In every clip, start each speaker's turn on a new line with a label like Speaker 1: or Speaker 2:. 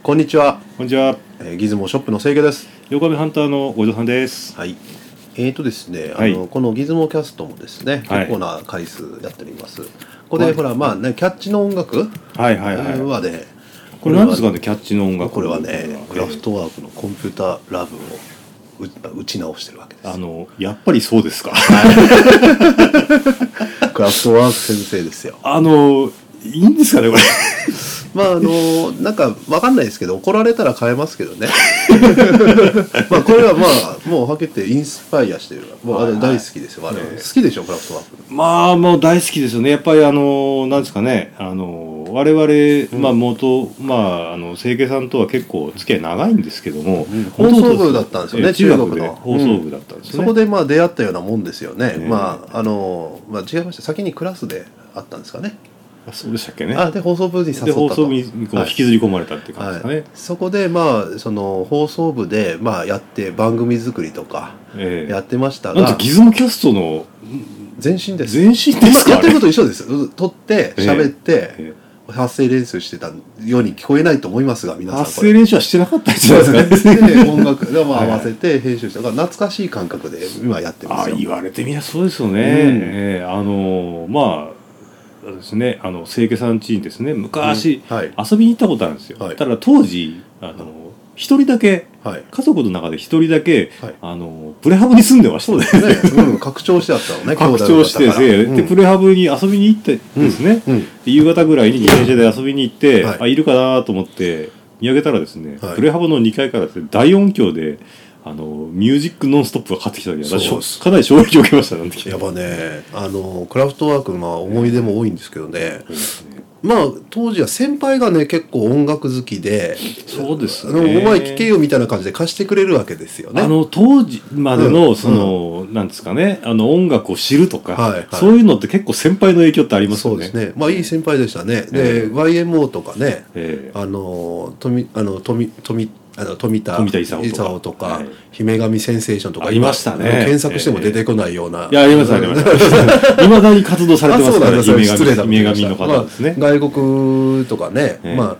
Speaker 1: こんにちは、
Speaker 2: こんにちは
Speaker 1: えーギズモショップの清家です
Speaker 2: 横浜ハンターのお嬢さんです
Speaker 1: はいえーとですね、
Speaker 2: はい
Speaker 1: あのこのギズモキャストもですね
Speaker 2: はい
Speaker 1: 結構な回数やっております、ここでほらまあねキャッチの音楽
Speaker 2: はいはいはい
Speaker 1: はね
Speaker 2: これ何ですか
Speaker 1: ね
Speaker 2: ねキャッチの音楽
Speaker 1: これはねクラフトワークのコンピューターラブをう打ち直してるわけです
Speaker 2: あのやっぱりそうですか
Speaker 1: クラフトワーク先生ですよ
Speaker 2: あのいいんですかねこれ
Speaker 1: まああのなんかわかんないですけど怒られたら変えますけどね まあこれはまあもうはっきり言ってインスパイアしてるもうあ
Speaker 2: は
Speaker 1: の
Speaker 2: いはい
Speaker 1: 大好きですよ、我々好きでしょクラフトワーク
Speaker 2: まあもう大好きですよねやっぱりあのなんですかねあの我々、まあ元まああの清家さんとは結構付き合い長いんですけども、
Speaker 1: ん放送部だったんですよね
Speaker 2: ええ中学
Speaker 1: 中
Speaker 2: で
Speaker 1: 学の
Speaker 2: 放送部だったんです
Speaker 1: そ
Speaker 2: ね、
Speaker 1: こでまあ出会ったようなもんですよね、
Speaker 2: ええ
Speaker 1: まああの、まあ、違いました先にクラスであったんですかね
Speaker 2: あそうでしたっけね
Speaker 1: あで放送部に誘ったと
Speaker 2: で放送部にこう
Speaker 1: は
Speaker 2: 引
Speaker 1: い
Speaker 2: きずり込まれたって感じですかね、
Speaker 1: はい、そこでまあその放送部でまあやって番組作りとか
Speaker 2: ええ
Speaker 1: やってました
Speaker 2: なん
Speaker 1: が
Speaker 2: とギズモキャストの
Speaker 1: 前進です
Speaker 2: 前身です
Speaker 1: 今
Speaker 2: か
Speaker 1: やってる
Speaker 2: あ
Speaker 1: こ
Speaker 2: れ
Speaker 1: と一緒ですう撮って
Speaker 2: ええ
Speaker 1: 喋って、
Speaker 2: え
Speaker 1: 発声練習してたように聞こえないと思いますが皆さん
Speaker 2: 発声練習はしてなかったんじゃないですかね。
Speaker 1: で音楽でまあ
Speaker 2: は
Speaker 1: 合
Speaker 2: い
Speaker 1: わせて編集したから懐かしい感覚で今やってま
Speaker 2: あ
Speaker 1: すよ
Speaker 2: 言われてみりゃそうですよね。
Speaker 1: うん
Speaker 2: ええあのまあそうですねあの清家さん家にですね昔、
Speaker 1: うんはい
Speaker 2: 遊びに行ったことあるんですよ。
Speaker 1: はい
Speaker 2: ただ当時あの一人だけ
Speaker 1: はい
Speaker 2: 家族の中で一人だけ、
Speaker 1: はい
Speaker 2: あのプレハブに住んでましたね。
Speaker 1: ね、うん、拡張してあったのね
Speaker 2: 拡張してですね、
Speaker 1: 兄
Speaker 2: で
Speaker 1: 弟の方から
Speaker 2: プレハブに遊びに行ってですね、
Speaker 1: うんうん
Speaker 2: で夕方ぐらいに自転車で遊びに行って、
Speaker 1: はい
Speaker 2: あいるかなと思って見上げたらですね、
Speaker 1: はい
Speaker 2: プレハブの2階からですね大音響であのミュージックノンストップが買ってきた時は
Speaker 1: そうです
Speaker 2: かなり衝撃を受けましたなんて
Speaker 1: やっぱねあのクラフトワークの思い出も多いんですけどね、まあ当時は先輩がね結構音楽好きで
Speaker 2: そうですね
Speaker 1: あのお前聴けよみたいな感じで貸してくれるわけですよね
Speaker 2: あの当時までのその、なんですかねあの音楽を知るとか、
Speaker 1: はいはい
Speaker 2: そういうのって結構先輩の影響ってあります
Speaker 1: そ
Speaker 2: よ
Speaker 1: うで
Speaker 2: ね。
Speaker 1: すねまあいい先輩でしたね、
Speaker 2: え
Speaker 1: で
Speaker 2: え
Speaker 1: YMO とかね
Speaker 2: ええ
Speaker 1: あの富あの富富あの富田
Speaker 2: 富田勲とか
Speaker 1: とか、
Speaker 2: はい
Speaker 1: 姫神センセーションとか
Speaker 2: ありましたね
Speaker 1: 今検索しても出てこないような、
Speaker 2: いやありましたあり ました。いまだに活動され
Speaker 1: あ
Speaker 2: てま
Speaker 1: そ
Speaker 2: す
Speaker 1: う
Speaker 2: か
Speaker 1: なん
Speaker 2: ら
Speaker 1: だそれ失礼だ
Speaker 2: 神女神の
Speaker 1: ま
Speaker 2: 方
Speaker 1: あ
Speaker 2: ですね。
Speaker 1: 外国とかね、
Speaker 2: ええ
Speaker 1: ま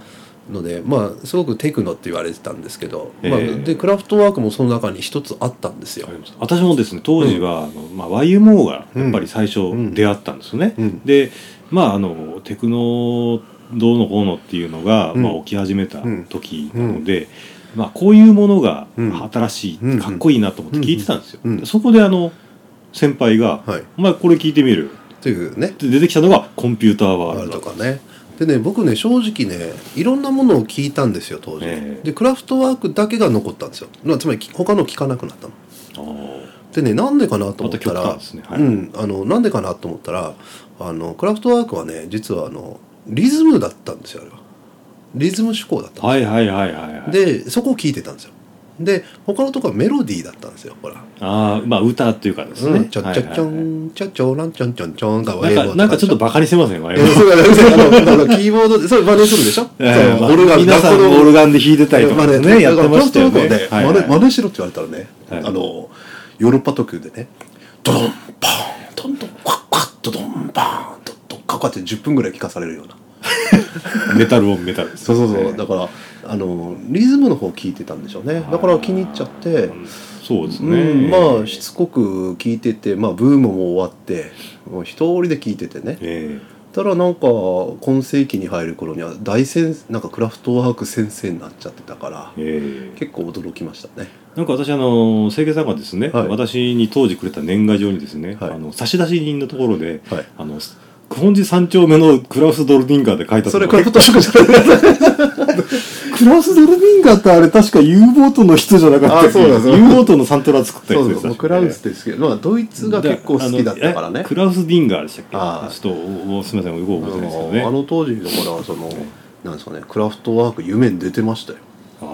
Speaker 1: あのでまあすごくテクノって言われてたんですけど、まあ、
Speaker 2: ええ
Speaker 1: でクラフトワークもその中に一つあったんですよ
Speaker 2: わか。りました私もですね当時は、あのまあ、YMO がやっぱり最
Speaker 1: ん
Speaker 2: 初出会ったんですよね、
Speaker 1: うん
Speaker 2: でまああのテクノどうのこうのっていうのが、
Speaker 1: うん
Speaker 2: まあ、起き始めた時なので、まあ、こういうものが
Speaker 1: うん
Speaker 2: 新しい、
Speaker 1: うん
Speaker 2: かっこいいなと思って聞いてたんですよ、
Speaker 1: うんうん
Speaker 2: そこであの先輩が、
Speaker 1: はい、
Speaker 2: お前これ聞いてみる」
Speaker 1: というね
Speaker 2: って出てきたのがコンピューターワ
Speaker 1: あ
Speaker 2: ー
Speaker 1: る
Speaker 2: ル
Speaker 1: と
Speaker 2: ド
Speaker 1: かね。でね僕ね正直ねいろんなものを聞いたんですよ当時、
Speaker 2: ええ
Speaker 1: でクラフトワークだけが残ったんですよ、まあ、つまりき他の聞かなくなったの
Speaker 2: あー
Speaker 1: でねなんでかなと思った
Speaker 2: また極
Speaker 1: ら
Speaker 2: 端ですねはい
Speaker 1: うん、あのなんでかなと思ったらあのクラフトワークはね実はあのリズムだったんですよあれはリズム思考だったんですよ
Speaker 2: はいはいはいはいはい
Speaker 1: でそこを聞いてたんですよで他のとこはメロディーだったんですよほら
Speaker 2: あーまあ歌っていうかです
Speaker 1: う
Speaker 2: ね
Speaker 1: ん、ちゃっちゃっちゃ
Speaker 2: はいはいはい
Speaker 1: んちゃっちょらんちゃんちゃんちゃんが
Speaker 2: なんかなんかちょっとバカにしてますね YMO
Speaker 1: えーそうだねあのあのキーボードでそれ真似するでしょ、
Speaker 2: え
Speaker 1: そ
Speaker 2: え
Speaker 1: のオルガン
Speaker 2: 皆さんオルガンで弾いてたりとかですね、や
Speaker 1: だ
Speaker 2: っ
Speaker 1: から
Speaker 2: てましたよね。
Speaker 1: プラスト
Speaker 2: はい
Speaker 1: ークをね、
Speaker 2: はい
Speaker 1: 真似真似しろって言われたらね、
Speaker 2: はい
Speaker 1: あのヨーロッパ特急でねドドンパーンドンドンカッカッドドンパーンドドンカッカッって10分ぐらい聞かされるような
Speaker 2: メタルオンメタルです。
Speaker 1: そうそうそう、
Speaker 2: ね
Speaker 1: だからあのリズムの方聞いてたんでしょうねだから気に入っちゃって
Speaker 2: うんそうです
Speaker 1: う
Speaker 2: ね。
Speaker 1: ん、まあしつこく聞いてて、まあ、ブームも終わってもう一人で聞いててね
Speaker 2: え
Speaker 1: たらなんか今世紀に入る頃には大先なんかクラフトワーク先生になっちゃってたから
Speaker 2: えええ
Speaker 1: 結構驚きましたね
Speaker 2: なんか私あの清家さんがですね、
Speaker 1: はい
Speaker 2: 私に当時くれた年賀状にですね、
Speaker 1: はい
Speaker 2: あの差出人のところで、
Speaker 1: はい
Speaker 2: あの本寺三丁目のクラウス・ドルディンガーで書いてあった
Speaker 1: そ
Speaker 2: の
Speaker 1: れク
Speaker 2: が
Speaker 1: ラフトワークじゃない
Speaker 2: クラウス・ドルディンガーってあれ確か U ボートの人じゃなかった
Speaker 1: あそうだそうだ
Speaker 2: U ボートのサントラ作ったや
Speaker 1: そ
Speaker 2: つ
Speaker 1: う
Speaker 2: で
Speaker 1: そう
Speaker 2: す
Speaker 1: そうクラウスですけど、まあ、ドイツが結構好きだったから
Speaker 2: あのえ
Speaker 1: ね
Speaker 2: クラウス・ディンガーでしたっけ
Speaker 1: ああ
Speaker 2: ちょっとおおすみませんよく覚えてないですけどね
Speaker 1: あのあの当時だからそのなんですかねクラフトワーク夢に出てましたよ
Speaker 2: あ
Speaker 1: な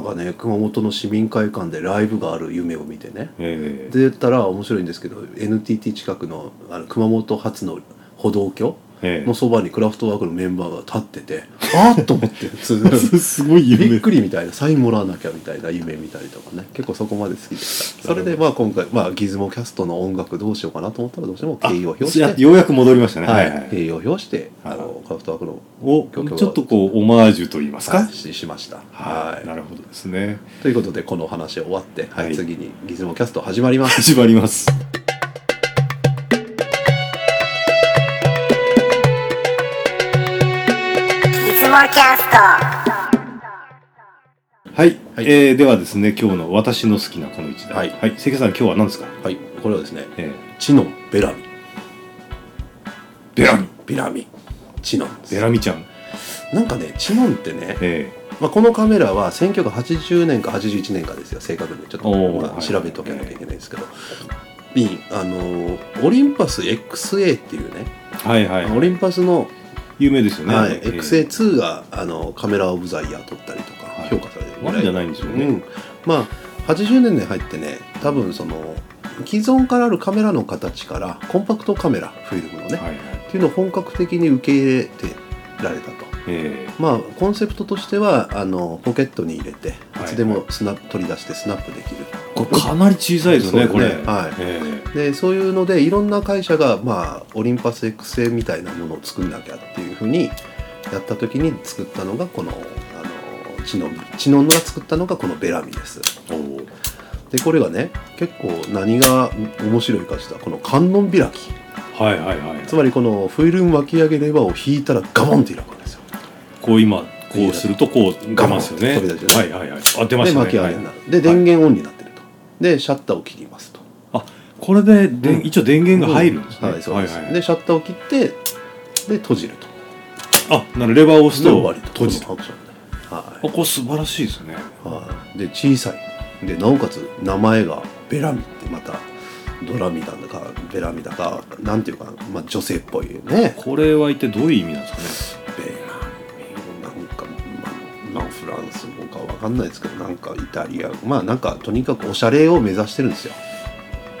Speaker 2: あ
Speaker 1: んかね熊本の市民会館でライブがある夢を見てね
Speaker 2: ええ
Speaker 1: で言ったら面白いんですけど NTT 近くのあの熊本発の歩道橋
Speaker 2: えええ
Speaker 1: のそばにクラフトワークのメンバーが立っててあーっと思って普通
Speaker 2: すごい
Speaker 1: びっ
Speaker 2: 夢
Speaker 1: くりみたいなサインもらわなきゃみたいな夢見たりとかね結構そこまで好きでしたそれでまあ今回、まあ、ギズモキャストの音楽どうしようかなと思ったらどうしても敬意を表し
Speaker 2: いや
Speaker 1: て、
Speaker 2: ようやく戻りましたね、
Speaker 1: は
Speaker 2: はいいはい
Speaker 1: 敬意を表して
Speaker 2: はい
Speaker 1: あのクラフトワークの
Speaker 2: を
Speaker 1: 曲は
Speaker 2: ちょっとこうオマージュと言いますか、
Speaker 1: 話しました
Speaker 2: はい
Speaker 1: はい
Speaker 2: なるほどですね
Speaker 1: ということでこの話終わって、はい
Speaker 2: はい
Speaker 1: 次にギズモキャスト始まります
Speaker 2: 始まりますは
Speaker 3: いつもキャスト
Speaker 2: い、
Speaker 1: はい
Speaker 2: えーではですね今日の私の好きなこの一台
Speaker 1: はい
Speaker 2: はい、関さん今日は何ですか、
Speaker 1: はいこれはですね
Speaker 2: え
Speaker 1: 知のベラミ
Speaker 2: ー、ベラミ
Speaker 1: ベラミ知能です
Speaker 2: ベラミちゃん
Speaker 1: なんかね知能ってね、
Speaker 2: え
Speaker 1: まあ、このカメラは1980年か81年かですよ正確にちょっ
Speaker 2: お
Speaker 1: と、
Speaker 2: ー
Speaker 1: ま
Speaker 2: は
Speaker 1: あ、
Speaker 2: い
Speaker 1: 調べとかなきゃいけないんですけど、にあのーオリンパス XA っていうね、
Speaker 2: えはいはい
Speaker 1: オリンパスの、
Speaker 2: 有名ですよね、
Speaker 1: はい
Speaker 2: えー
Speaker 1: XA2 があのカメラ・オブ・ザ・イヤー取ったりとか
Speaker 2: はい
Speaker 1: 評価されてるぐ
Speaker 2: ワ
Speaker 1: ら
Speaker 2: ン
Speaker 1: い
Speaker 2: じゃないんですよね、
Speaker 1: うん、まあ80年代に入ってね多分その既存からあるカメラの形からコンパクトカメラフィルムのね、
Speaker 2: はいはい
Speaker 1: っていうのを本格的に受け入れてられたと。
Speaker 2: え
Speaker 1: まあ、コンセプトとしてはあのポケットに入れてい
Speaker 2: はい
Speaker 1: つでもスナップ取り出してスナップできる、
Speaker 2: ー、これかなり小さいですよ
Speaker 1: そ
Speaker 2: ね
Speaker 1: う
Speaker 2: こ
Speaker 1: で
Speaker 2: れ、
Speaker 1: すねはい
Speaker 2: え
Speaker 1: でそういうのでいろんな会社が、まあ、オリンパス XA みたいなものを作んなきゃっていうふうにやった時に作ったのがこのあのチノンチノンが作ったのがこのベラミです
Speaker 2: ーおー
Speaker 1: でこれがね結構何が面白いかしたこの観音開き
Speaker 2: はいはいはい
Speaker 1: つまりこのフィルム巻き上げレバーを引いたらガモンって開くんですよ
Speaker 2: こう今こうするとこう出ますよね
Speaker 1: ガモンって飛び出してね
Speaker 2: はいはいはいあ出ま
Speaker 1: で
Speaker 2: したね
Speaker 1: 巻き上げに
Speaker 2: は
Speaker 1: ないるで電源オンになってるとでシャッターを切りますと
Speaker 2: これでで、一応電源が入るんですね、
Speaker 1: はい、そうです、
Speaker 2: はいはい
Speaker 1: でシャッターを切ってで閉じると
Speaker 2: あなるレバーを押す
Speaker 1: で
Speaker 2: と
Speaker 1: 終わりと
Speaker 2: 閉じた
Speaker 1: この
Speaker 2: あ
Speaker 1: アクションでは
Speaker 2: これ素晴らしいですね
Speaker 1: い、はい、で小さいでなおかつ名前がベラミってまたドラミだかベラミだかなんていうか、まあ、女性っぽいね
Speaker 2: これは一体どういう意味なんです
Speaker 1: ベラミなんか、まあ、まあフランス語かわかんないですけどなんかイタリア語まあなんかとにかくおしゃれを目指してるんですよ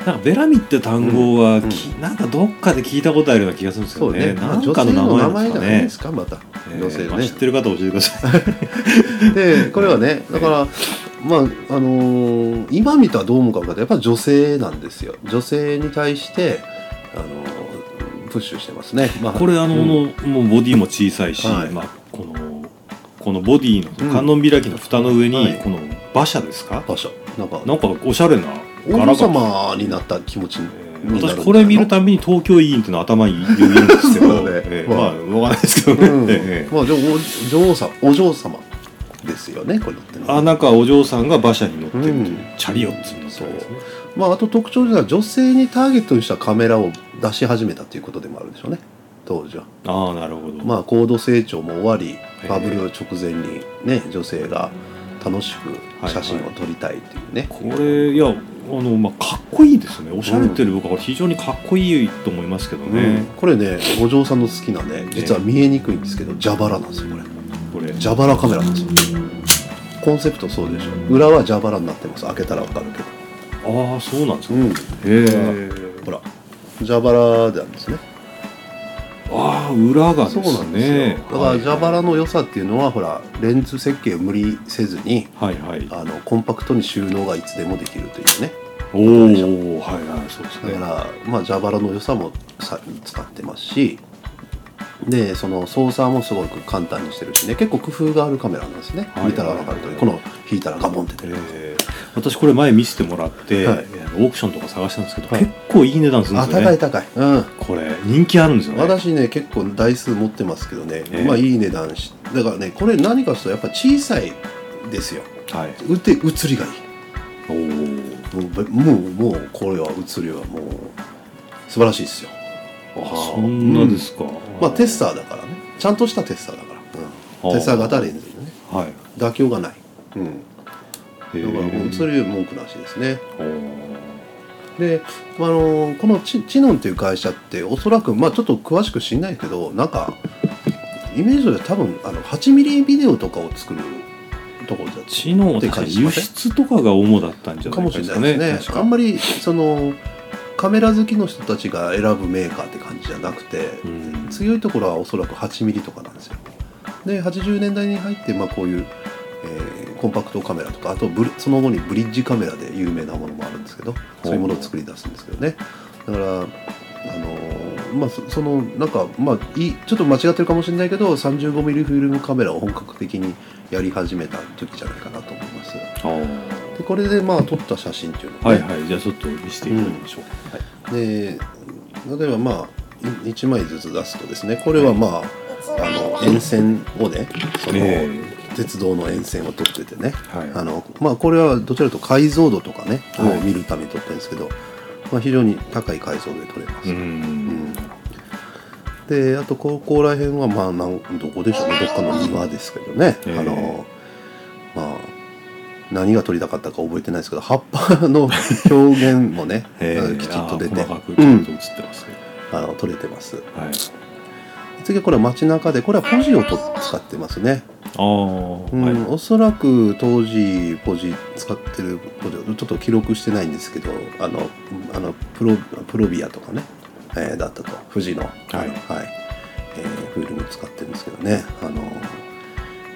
Speaker 2: かねなんかベラミって単語は、
Speaker 1: うん
Speaker 2: きなんかどっかで聞いたことあるような気がするんですよね
Speaker 1: ま
Speaker 2: な
Speaker 1: あ
Speaker 2: ん
Speaker 1: 女
Speaker 2: か
Speaker 1: 性
Speaker 2: の
Speaker 1: の名
Speaker 2: 名
Speaker 1: 前
Speaker 2: 前
Speaker 1: じゃない
Speaker 2: で
Speaker 1: ですすかまた
Speaker 2: かね
Speaker 1: 女性
Speaker 2: えー
Speaker 1: の
Speaker 2: まあ
Speaker 1: ね
Speaker 2: 知ってる方教えてく ださい
Speaker 1: でこれは ねだから、まああのー今見たらどう思うか分かんないやっぱ女性なんですよ女性に対して、あのープッシュしてますね、まあ、
Speaker 2: これあの、
Speaker 1: うん
Speaker 2: もうボディも小さいし、
Speaker 1: はい
Speaker 2: まあ、このこのボディ
Speaker 1: うん
Speaker 2: の観音開きの蓋の上に、
Speaker 1: はい
Speaker 2: この馬車ですか
Speaker 1: 場所なんか
Speaker 2: なんかおしゃれな柄
Speaker 1: 王
Speaker 2: が
Speaker 1: 様になった気持ちに
Speaker 2: え
Speaker 1: なるんじ
Speaker 2: ー
Speaker 1: ゃない
Speaker 2: 私これ見るたびに東京委員っていうのは頭によぎるんですけ
Speaker 1: そ
Speaker 2: ど、
Speaker 1: うね
Speaker 2: えー
Speaker 1: ま
Speaker 2: ま
Speaker 1: あ
Speaker 2: あ分かんないですけどね、
Speaker 1: うん
Speaker 2: えー
Speaker 1: まあ、じゃあお女王様お嬢様ですよねこれってね
Speaker 2: あなんかお嬢さんが馬車に乗ってるという、
Speaker 1: うん
Speaker 2: チャリオッツに乗ってるんですね
Speaker 1: まあ、あと特徴というのは女性にターゲットにしたカメラを出し始めたということでもあるでしょうね当時は
Speaker 2: ああなるほど、
Speaker 1: まあ、高度成長も終わり
Speaker 2: え
Speaker 1: バブル直前に、ね、女性が楽しく写真を撮りたいっていうね、
Speaker 2: これいやあの、まあ、かっこいいですねおしゃれてる僕はこれ非常にかっこいいと思いますけど
Speaker 1: うん
Speaker 2: ね、
Speaker 1: これねお嬢さんの好きなね実は見えにくいんですけど蛇腹なんですよこれ
Speaker 2: これ
Speaker 1: 蛇腹カメラなんですよコンセプトそうでしょ裏は蛇腹になってます開けたらわかるけど、
Speaker 2: ああそうなんですか、
Speaker 1: うん、
Speaker 2: へ
Speaker 1: え
Speaker 2: え
Speaker 1: ほら蛇腹なんですね
Speaker 2: ああ裏がです
Speaker 1: そう
Speaker 2: ね
Speaker 1: なんですよだから蛇
Speaker 2: は
Speaker 1: 腹の良さっていうのはほらレンズ設計を無理せずに
Speaker 2: いはい、はいはい、
Speaker 1: あのコンパクトに収納がいつでもできるというね
Speaker 2: おおはいはいそうです
Speaker 1: だか
Speaker 2: ね
Speaker 1: ら、まあ、蛇腹の良さもさ使ってますしでその操作もすごく簡単にしてるしね結構工夫があるカメラなんですね、
Speaker 2: はい
Speaker 1: 見たら分かるとりこの引いたらガボンって出る、
Speaker 2: えー私これ前見せてもらって、
Speaker 1: はい
Speaker 2: えーオークションとか探したんですけど、
Speaker 1: はい
Speaker 2: 結構いい値段するん
Speaker 1: あ
Speaker 2: ですよ
Speaker 1: 高
Speaker 2: ね
Speaker 1: い高いうん
Speaker 2: これ人気あるんですよね
Speaker 1: 私ね結構台数持ってますけどね、
Speaker 2: ええ
Speaker 1: まあいい値段しだからねこれ何かというとやっぱ小さいですよ
Speaker 2: はい
Speaker 1: 打て写りがいい
Speaker 2: おー
Speaker 1: もうべもうもうこれは写りはもう素晴らしいですよ
Speaker 2: あそんなですか、
Speaker 1: まあテッサーだからねちゃんとしたテッサーだから、うん、テッサー型レンズでね
Speaker 2: ーはい
Speaker 1: 妥協がない、うん、
Speaker 2: へ
Speaker 1: だからもうそれ文句なしですね。
Speaker 2: おー
Speaker 1: で、まああのこのチチノンっていう会社っておそらく、まあ、ちょっと詳しく知んないけどなんかイメージで多分あの8ミリビデオとかを作るところだっ
Speaker 2: 知能は確かに輸出とかが主だったん
Speaker 1: た
Speaker 2: じゃ
Speaker 1: か
Speaker 2: ない
Speaker 1: もし
Speaker 2: かで
Speaker 1: れ
Speaker 2: す
Speaker 1: な
Speaker 2: か
Speaker 1: い
Speaker 2: ね
Speaker 1: ですね。
Speaker 2: 確
Speaker 1: あ
Speaker 2: か
Speaker 1: んまりそのカメラ好きの人たちが選ぶメーカーって感じじゃなくて、
Speaker 2: うん
Speaker 1: 強いところはおそらく8ミリとかなんですよで80年代に入って、まあ、こういう、えーコンパクトカメラとかあとブリその後にブリッジカメラで有名なものもあるんですけどそういうものを作り出すんですけどねだからあのーまあそそのなんかまあいいちょっと間違ってるかもしれないけど 35mm フィルムカメラを本格的にやり始めた時じゃないかなと思います
Speaker 2: あー
Speaker 1: でこれでまあ撮った写真っていうの
Speaker 2: は
Speaker 1: ね
Speaker 2: いはいじゃあちょっと見せていただきましょうか、はい
Speaker 1: で例えばまあい1枚ずつ出すとですねこれはまああの沿線をねその、
Speaker 2: え
Speaker 1: 鉄道の沿線を撮っててね、
Speaker 2: はい
Speaker 1: あのまあ、これはどちらかというと解像度とかね、
Speaker 2: はい
Speaker 1: を見るために撮ってるんですけど、まあ、非常に高い解像度で撮れます。
Speaker 2: う
Speaker 1: うん
Speaker 2: ん
Speaker 1: であとここら辺はまあなんどこでしょうねどっかの庭ですけどね、
Speaker 2: ええ
Speaker 1: あのまあ何が撮りたかったか覚えてないですけど葉っぱの表現もね、
Speaker 2: えー
Speaker 1: きちっと出
Speaker 2: あ
Speaker 1: て
Speaker 2: ー細かくち
Speaker 1: う
Speaker 2: ゃん
Speaker 1: ん
Speaker 2: と映ってますね、
Speaker 1: あの撮れてます
Speaker 2: はい
Speaker 1: 次はこれは街中でこれはポジをと使ってますね、
Speaker 2: あ
Speaker 1: う
Speaker 2: あ、
Speaker 1: ん
Speaker 2: はい
Speaker 1: おそらく当時ポジ使ってるポジちょっと記録してないんですけどあのあのプロプロビアとかね、えーだったと富士の、はいはいえーフィルム使ってるんですけどねあの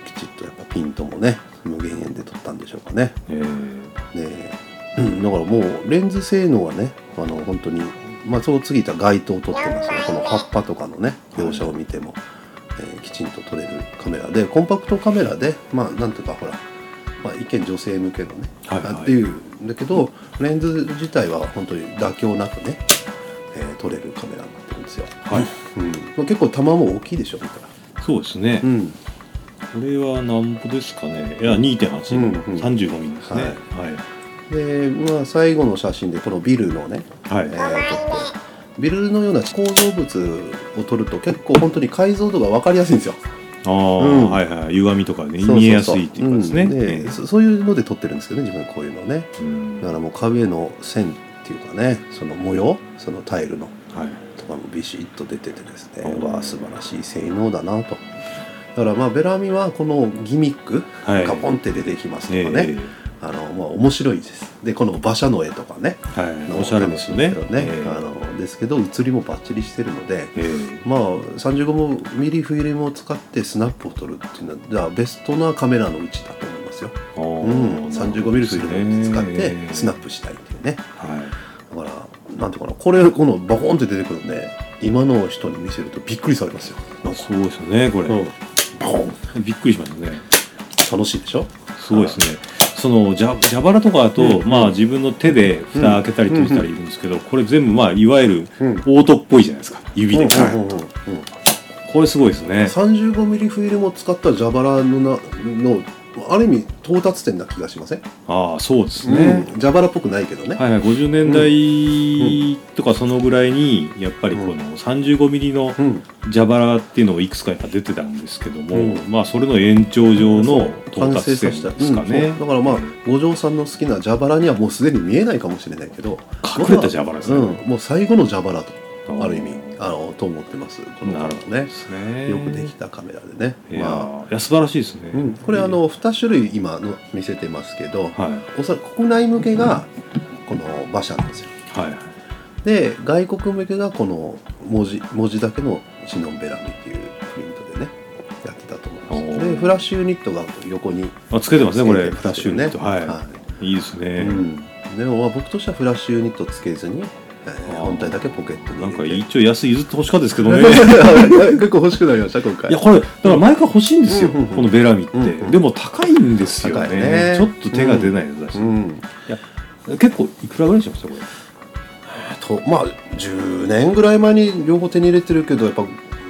Speaker 1: きちっとやっぱピントもね無限遠で撮ったんでしょうかね
Speaker 2: えー
Speaker 1: で、うん、だからもうレンズ性能はねあの本当にまあそう次いた街灯を撮ってますねこの葉っぱとかのね描写を見ても、えーきちんと撮れるカメラでコンパクトカメラでまあなんていうかほら、まあ、一見女性向けのね、
Speaker 2: はいはい
Speaker 1: あっていうんだけどレンズ自体は本当に妥協なくね、えー撮れるカメラになってるんですよ、
Speaker 2: はい、
Speaker 1: うんまあ、結構玉も大きいでしょ見たら
Speaker 2: そうですね、
Speaker 1: うん
Speaker 2: これは何歩ですかねいや2.8、
Speaker 1: うんうん
Speaker 2: 35ミリですね
Speaker 1: はい
Speaker 2: はい
Speaker 1: でまあ最後の写真でこのビルのね
Speaker 2: はい、
Speaker 1: えーとビルのような構造物を撮ると結構本当に解像度が分かりやすいんですよ。
Speaker 2: ああ、
Speaker 1: うん
Speaker 2: はいはい歪みとかね
Speaker 1: そうそうそう
Speaker 2: 見えやすいっていうかですね、
Speaker 1: んでそそういうので撮ってるんですけどね自分こういうのね。
Speaker 2: えーうん
Speaker 1: だからもう壁の線っていうかねその模様そのタイルの
Speaker 2: はい
Speaker 1: とかもビシッと出ててですね
Speaker 2: うん
Speaker 1: わあ素晴らしい性能だなと。だからまあベラミはこのギミック
Speaker 2: はい
Speaker 1: がポンって出てきますと
Speaker 2: え
Speaker 1: か
Speaker 2: ー
Speaker 1: ね、あのまあ面白いです。でこの馬車の絵とかね
Speaker 2: はい、おしゃれですよね
Speaker 1: 楽しいですけど
Speaker 2: え
Speaker 1: ねあ
Speaker 2: ー
Speaker 1: のですけど写りもバッチリしてるので。
Speaker 2: えー
Speaker 1: まあ、35ミリフィルムを使ってスナップを撮るっていうのはじゃあベストなカメラのうちだと思いますよ、
Speaker 2: あー
Speaker 1: うん、
Speaker 2: なる
Speaker 1: 35
Speaker 2: ほど
Speaker 1: ミ
Speaker 2: で
Speaker 1: リ
Speaker 2: す
Speaker 1: フ
Speaker 2: ね
Speaker 1: ィルムを使ってスナ
Speaker 2: え
Speaker 1: ップしたいっていうね
Speaker 2: ーは
Speaker 1: だ
Speaker 2: い
Speaker 1: からなんていうかなこれこのバコンって出てくるんで今の人に見せるとびっくりされますよなんか、
Speaker 2: そうですよねこれ、
Speaker 1: うん、バコン
Speaker 2: びっくりしましたね
Speaker 1: 楽しいでしょ
Speaker 2: すごいですねそのじゃ蛇腹とかだと、
Speaker 1: うん
Speaker 2: まあ自分の手で蓋開けたり閉じたりいるんですけど、これ全部まあいわゆる
Speaker 1: うん
Speaker 2: オートっぽいじゃないですか指で、
Speaker 1: うんうんうんうん
Speaker 2: これすごいですね
Speaker 1: 35ミリフィルムを使った蛇腹のなのある意味到達点な気がしません、
Speaker 2: ああそうです
Speaker 1: うん
Speaker 2: ね、
Speaker 1: 蛇腹っぽくないけどね、
Speaker 2: はいはい、50年代とかそのぐらいにやっぱりこの35ミリの
Speaker 1: うん
Speaker 2: 蛇腹っていうのもいくつかやっぱ出てたんですけども、
Speaker 1: うん
Speaker 2: まあそれの延長上の到達点です
Speaker 1: 完成させ
Speaker 2: かね、
Speaker 1: うんそうだからまあ五条さんの好きな蛇腹にはもうすでに見えないかもしれないけど
Speaker 2: 隠れた蛇腹ですね、
Speaker 1: うん、もう最後の蛇腹と
Speaker 2: ー
Speaker 1: ある意味あのと思ってますこのカメ
Speaker 2: なるほど
Speaker 1: ラ
Speaker 2: で
Speaker 1: ね
Speaker 2: すね
Speaker 1: よくできたカメラでね、
Speaker 2: いや,、
Speaker 1: ま
Speaker 2: いや素晴らしいですね、
Speaker 1: あうん、これあの2種類今の見せてますけど、
Speaker 2: はい
Speaker 1: おそらく国内向けがこの馬車なんですよ
Speaker 2: はいはい
Speaker 1: で外国向けがこの文字文字だけのシノンベラミっていうプリントでねやってたと思います
Speaker 2: お
Speaker 1: で
Speaker 2: ー
Speaker 1: フラッシュユニットが横に
Speaker 2: あつけてますねこれ
Speaker 1: つけて
Speaker 2: フ
Speaker 1: ま
Speaker 2: ラッ
Speaker 1: す
Speaker 2: シュ
Speaker 1: よ
Speaker 2: ユニットはい、い、いですね、
Speaker 1: うん、でもまあ僕としてはフラッシュユニットつけずに、えー
Speaker 2: あー
Speaker 1: 本体だけポケットに
Speaker 2: なんか
Speaker 1: 入れて
Speaker 2: 一応安い譲ってほしかったですけど ね
Speaker 1: 結構欲しくなりました今回
Speaker 2: いやこれだから前から欲しいんですよ、
Speaker 1: うんうんうん
Speaker 2: このベラミって、
Speaker 1: うんうん
Speaker 2: でも高いんですよ
Speaker 1: 高
Speaker 2: ね
Speaker 1: いね
Speaker 2: ちょっと手が出ないやつだし、
Speaker 1: うん
Speaker 2: 結構いくらぐらいしましたこれ
Speaker 1: とまあ10年ぐらい前に両方手に入れてるけどやっぱ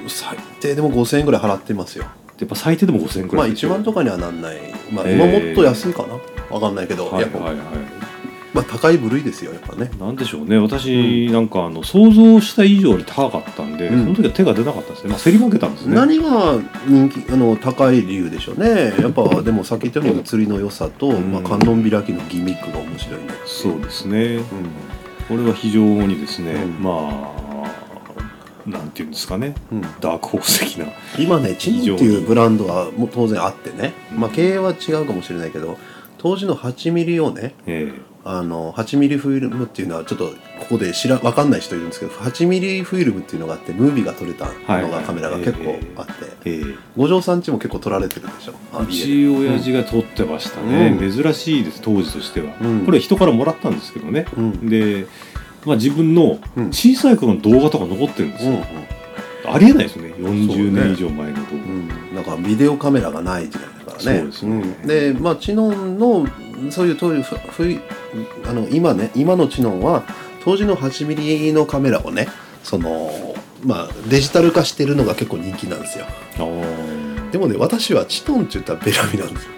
Speaker 1: 最低でも5000円ぐらい払ってますよ
Speaker 2: やっぱ最低でも5000円く
Speaker 1: ま
Speaker 2: ら
Speaker 1: あ
Speaker 2: い
Speaker 1: 1万とかにはなんない、まあ、
Speaker 2: えー
Speaker 1: 今もっと安いかな、わかんないけど、
Speaker 2: は
Speaker 1: や
Speaker 2: いは
Speaker 1: っ
Speaker 2: い
Speaker 1: ぱ
Speaker 2: は
Speaker 1: まあ、高い部類ですよやっぱね
Speaker 2: いなんでしょうね私、なんかあの想像した以上に高かったんで、
Speaker 1: うん
Speaker 2: その時は手が出なかったんですねまあ競り負けたんですね
Speaker 1: 何が人気あの高い理由でしょう ねやっぱでもさっき言ったように釣りの良さと、
Speaker 2: うん
Speaker 1: まあ、観音開きのギミックが面白いね
Speaker 2: そうですね
Speaker 1: うん
Speaker 2: これは非常にですね、
Speaker 1: うん
Speaker 2: まあなんていうんですかね
Speaker 1: うん
Speaker 2: ダークホース的な
Speaker 1: 今ねチンっていうブランドはもう当然あってね、まあ、経営は違うかもしれないけど当時の8ミリをね
Speaker 2: ええ
Speaker 1: ああの8ミリフィルムっていうのはちょっとここで知らわかんない人いるんですけど8ミリフィルムっていうのがあってムービーが撮れた
Speaker 2: はい
Speaker 1: のがカメラが結構あって、
Speaker 2: えー
Speaker 1: 五条さんちも結構撮られてるでしょあ
Speaker 2: うち親父が撮ってましたね、
Speaker 1: う
Speaker 2: 珍しいです当時としては、
Speaker 1: うん
Speaker 2: これ人からもらったんですけどね
Speaker 1: うん
Speaker 2: で、まあ、自分の
Speaker 1: うんうん
Speaker 2: 小さい頃の動画とか残ってるんです
Speaker 1: う
Speaker 2: よ、
Speaker 1: ん
Speaker 2: ありえないですよね
Speaker 1: そう
Speaker 2: 40
Speaker 1: ね
Speaker 2: 年以上前の動画、
Speaker 1: うんだからビデオカメラがない時代だからね
Speaker 2: そうですね
Speaker 1: んでまあ知音のそういう当時ふふいあの今ね今の知音は当時の8ミリのカメラをねそのまあデジタル化してるのが結構人気なんですよ
Speaker 2: あ
Speaker 1: でもね私はチトンって言ったらベラミなんですよ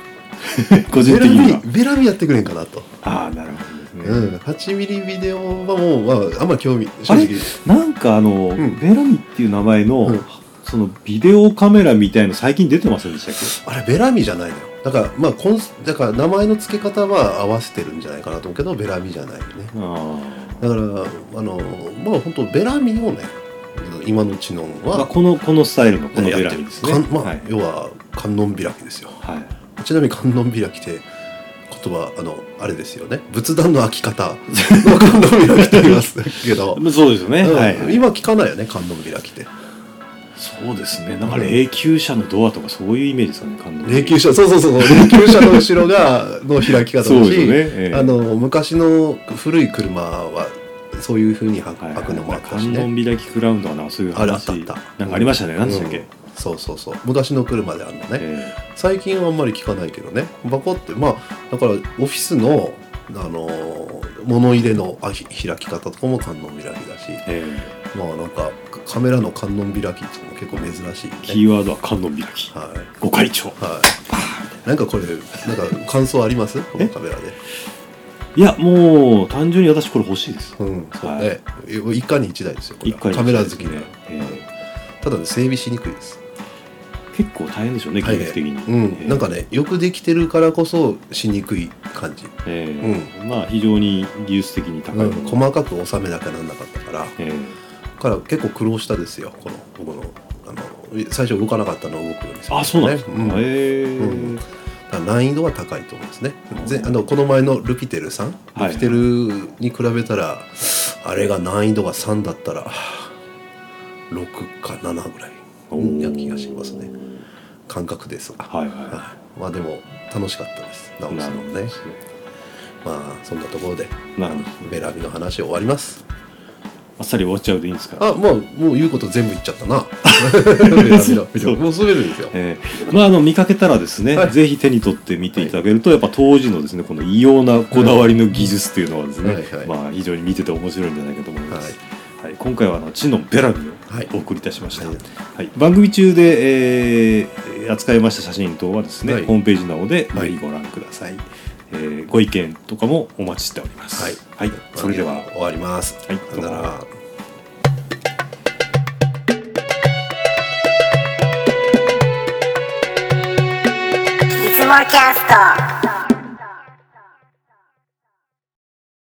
Speaker 2: あ個人的に
Speaker 1: ベラ
Speaker 2: は
Speaker 1: ミベラミやってくれんかなと、
Speaker 2: ああなるほどです
Speaker 1: うん、
Speaker 2: ね、
Speaker 1: 8ミリビデオはもう、まあ、あんま興味
Speaker 2: あれなんかあの、
Speaker 1: ん
Speaker 2: ベラミっていう名前の、
Speaker 1: うん
Speaker 2: そのビデオカメラみたいの最近出てませんでしたっけ
Speaker 1: あれベラミじゃないのよだからまあコンスだから名前の付け方は合わせてるんじゃないかなと思うけどベラミじゃないよね
Speaker 2: あ
Speaker 1: だからあのまあ本当ベラミをね今の知能
Speaker 2: あ、まあ、
Speaker 1: は
Speaker 2: このこのスタイルのこの
Speaker 1: ねや
Speaker 2: ベ
Speaker 1: っ
Speaker 2: ラ
Speaker 1: てる
Speaker 2: ミですね
Speaker 1: かんまあ
Speaker 2: はい、
Speaker 1: 要は観音開きですよ
Speaker 2: はい、
Speaker 1: ちなみに観音開きって言葉あのあれですよね仏壇の開き 方の観音開きと言いますけど
Speaker 2: まあそうですよね、
Speaker 1: うん
Speaker 2: はい
Speaker 1: 今聞かないよね観音開きって
Speaker 2: そうですねなんか霊柩車のドアとかそういうイメージですかね感動
Speaker 1: 霊柩車そうそうそうそう霊柩車の後ろがの開き方だし
Speaker 2: そうですよね、ええ
Speaker 1: あの昔の古い車はそういうふうに開く
Speaker 2: はい
Speaker 1: 開くのもあったし
Speaker 2: 観
Speaker 1: ね、
Speaker 2: 音開きクラウンとかなんかそういう話
Speaker 1: あるあったあった
Speaker 2: なんかありましたね何でしたっけ、
Speaker 1: うんそうそうそう昔の車であるのね
Speaker 2: え
Speaker 1: 最近はあんまり聞かないけどねバコってまあだからオフィスのあのー物入れのあひ開き方とかも観音開きだし
Speaker 2: ええ
Speaker 1: まあなんかカメラの観音開きっていうのも結構珍しいよ
Speaker 2: え
Speaker 1: ね
Speaker 2: キーワードは観音開き
Speaker 1: はい
Speaker 2: ご会長
Speaker 1: はい。なんかこれ、なんか感想ありますこのカメラで。
Speaker 2: いやもう単純に私これ欲しいです
Speaker 1: うん、そうね。一家に一台ですよ、これ
Speaker 2: 一
Speaker 1: は。
Speaker 2: 回に
Speaker 1: カメラ好きには。
Speaker 2: ええ
Speaker 1: ただね、整備しにくいです。
Speaker 2: 結構大変でしょうね
Speaker 1: 大
Speaker 2: 技
Speaker 1: 変
Speaker 2: 術的に、
Speaker 1: うん。なんかね、よくできてるからこそしにくい感じ。
Speaker 2: ええまあ非常に技術的に高
Speaker 1: う
Speaker 2: い
Speaker 1: ん
Speaker 2: もの、
Speaker 1: 細かく収めなきゃなんなかったから。
Speaker 2: ええ
Speaker 1: から結構苦労したですよ、この、僕の。あの、最初動かなかったのを動くようにする
Speaker 2: あそうなんですか、
Speaker 1: ねうん
Speaker 2: ええ
Speaker 1: うんだから難易度は高いと思いますね
Speaker 2: う。ん
Speaker 1: ぜあのこの前のルピテルさん、
Speaker 2: はい
Speaker 1: ルピテルに比べたらあれが難易度が3だったら6か7ぐらい
Speaker 2: おー
Speaker 1: な気がしますね感覚ですが、
Speaker 2: はいはい
Speaker 1: はいまあでも楽しかったです直すのも
Speaker 2: なる
Speaker 1: ね
Speaker 2: ほ
Speaker 1: まあそんなところで
Speaker 2: どなるほど
Speaker 1: ベラビの話終わります
Speaker 2: あっさり終わっちゃうでいいんですか
Speaker 1: あもうもう言うこと全部言っちゃった なベラビの
Speaker 2: そう
Speaker 1: もう滑るんですよ
Speaker 2: えーまあ、あの見かけたらですね、
Speaker 1: はい
Speaker 2: ぜひ手に取って見ていただけると、やっぱ当時のですねこの異様なこだわりの技術というのはですね、
Speaker 1: はいはい
Speaker 2: まあ、非常に見てて面白いんじゃないかと思い
Speaker 1: は
Speaker 2: ます、
Speaker 1: い
Speaker 2: はい今回はあの「知のベラビ」を
Speaker 1: はい
Speaker 2: お送りいたしました、
Speaker 1: は
Speaker 2: はいい番組中で、えー扱いました写真等はですね、
Speaker 1: はい
Speaker 2: ホームページなどで
Speaker 1: は
Speaker 2: ぜ
Speaker 1: い
Speaker 2: ひご覧ください、えーご意見とかもお待ちしております、
Speaker 1: はい
Speaker 2: それでは
Speaker 1: 終わります、
Speaker 2: はい
Speaker 1: さよな
Speaker 2: どう
Speaker 1: ら
Speaker 3: いつもキャスト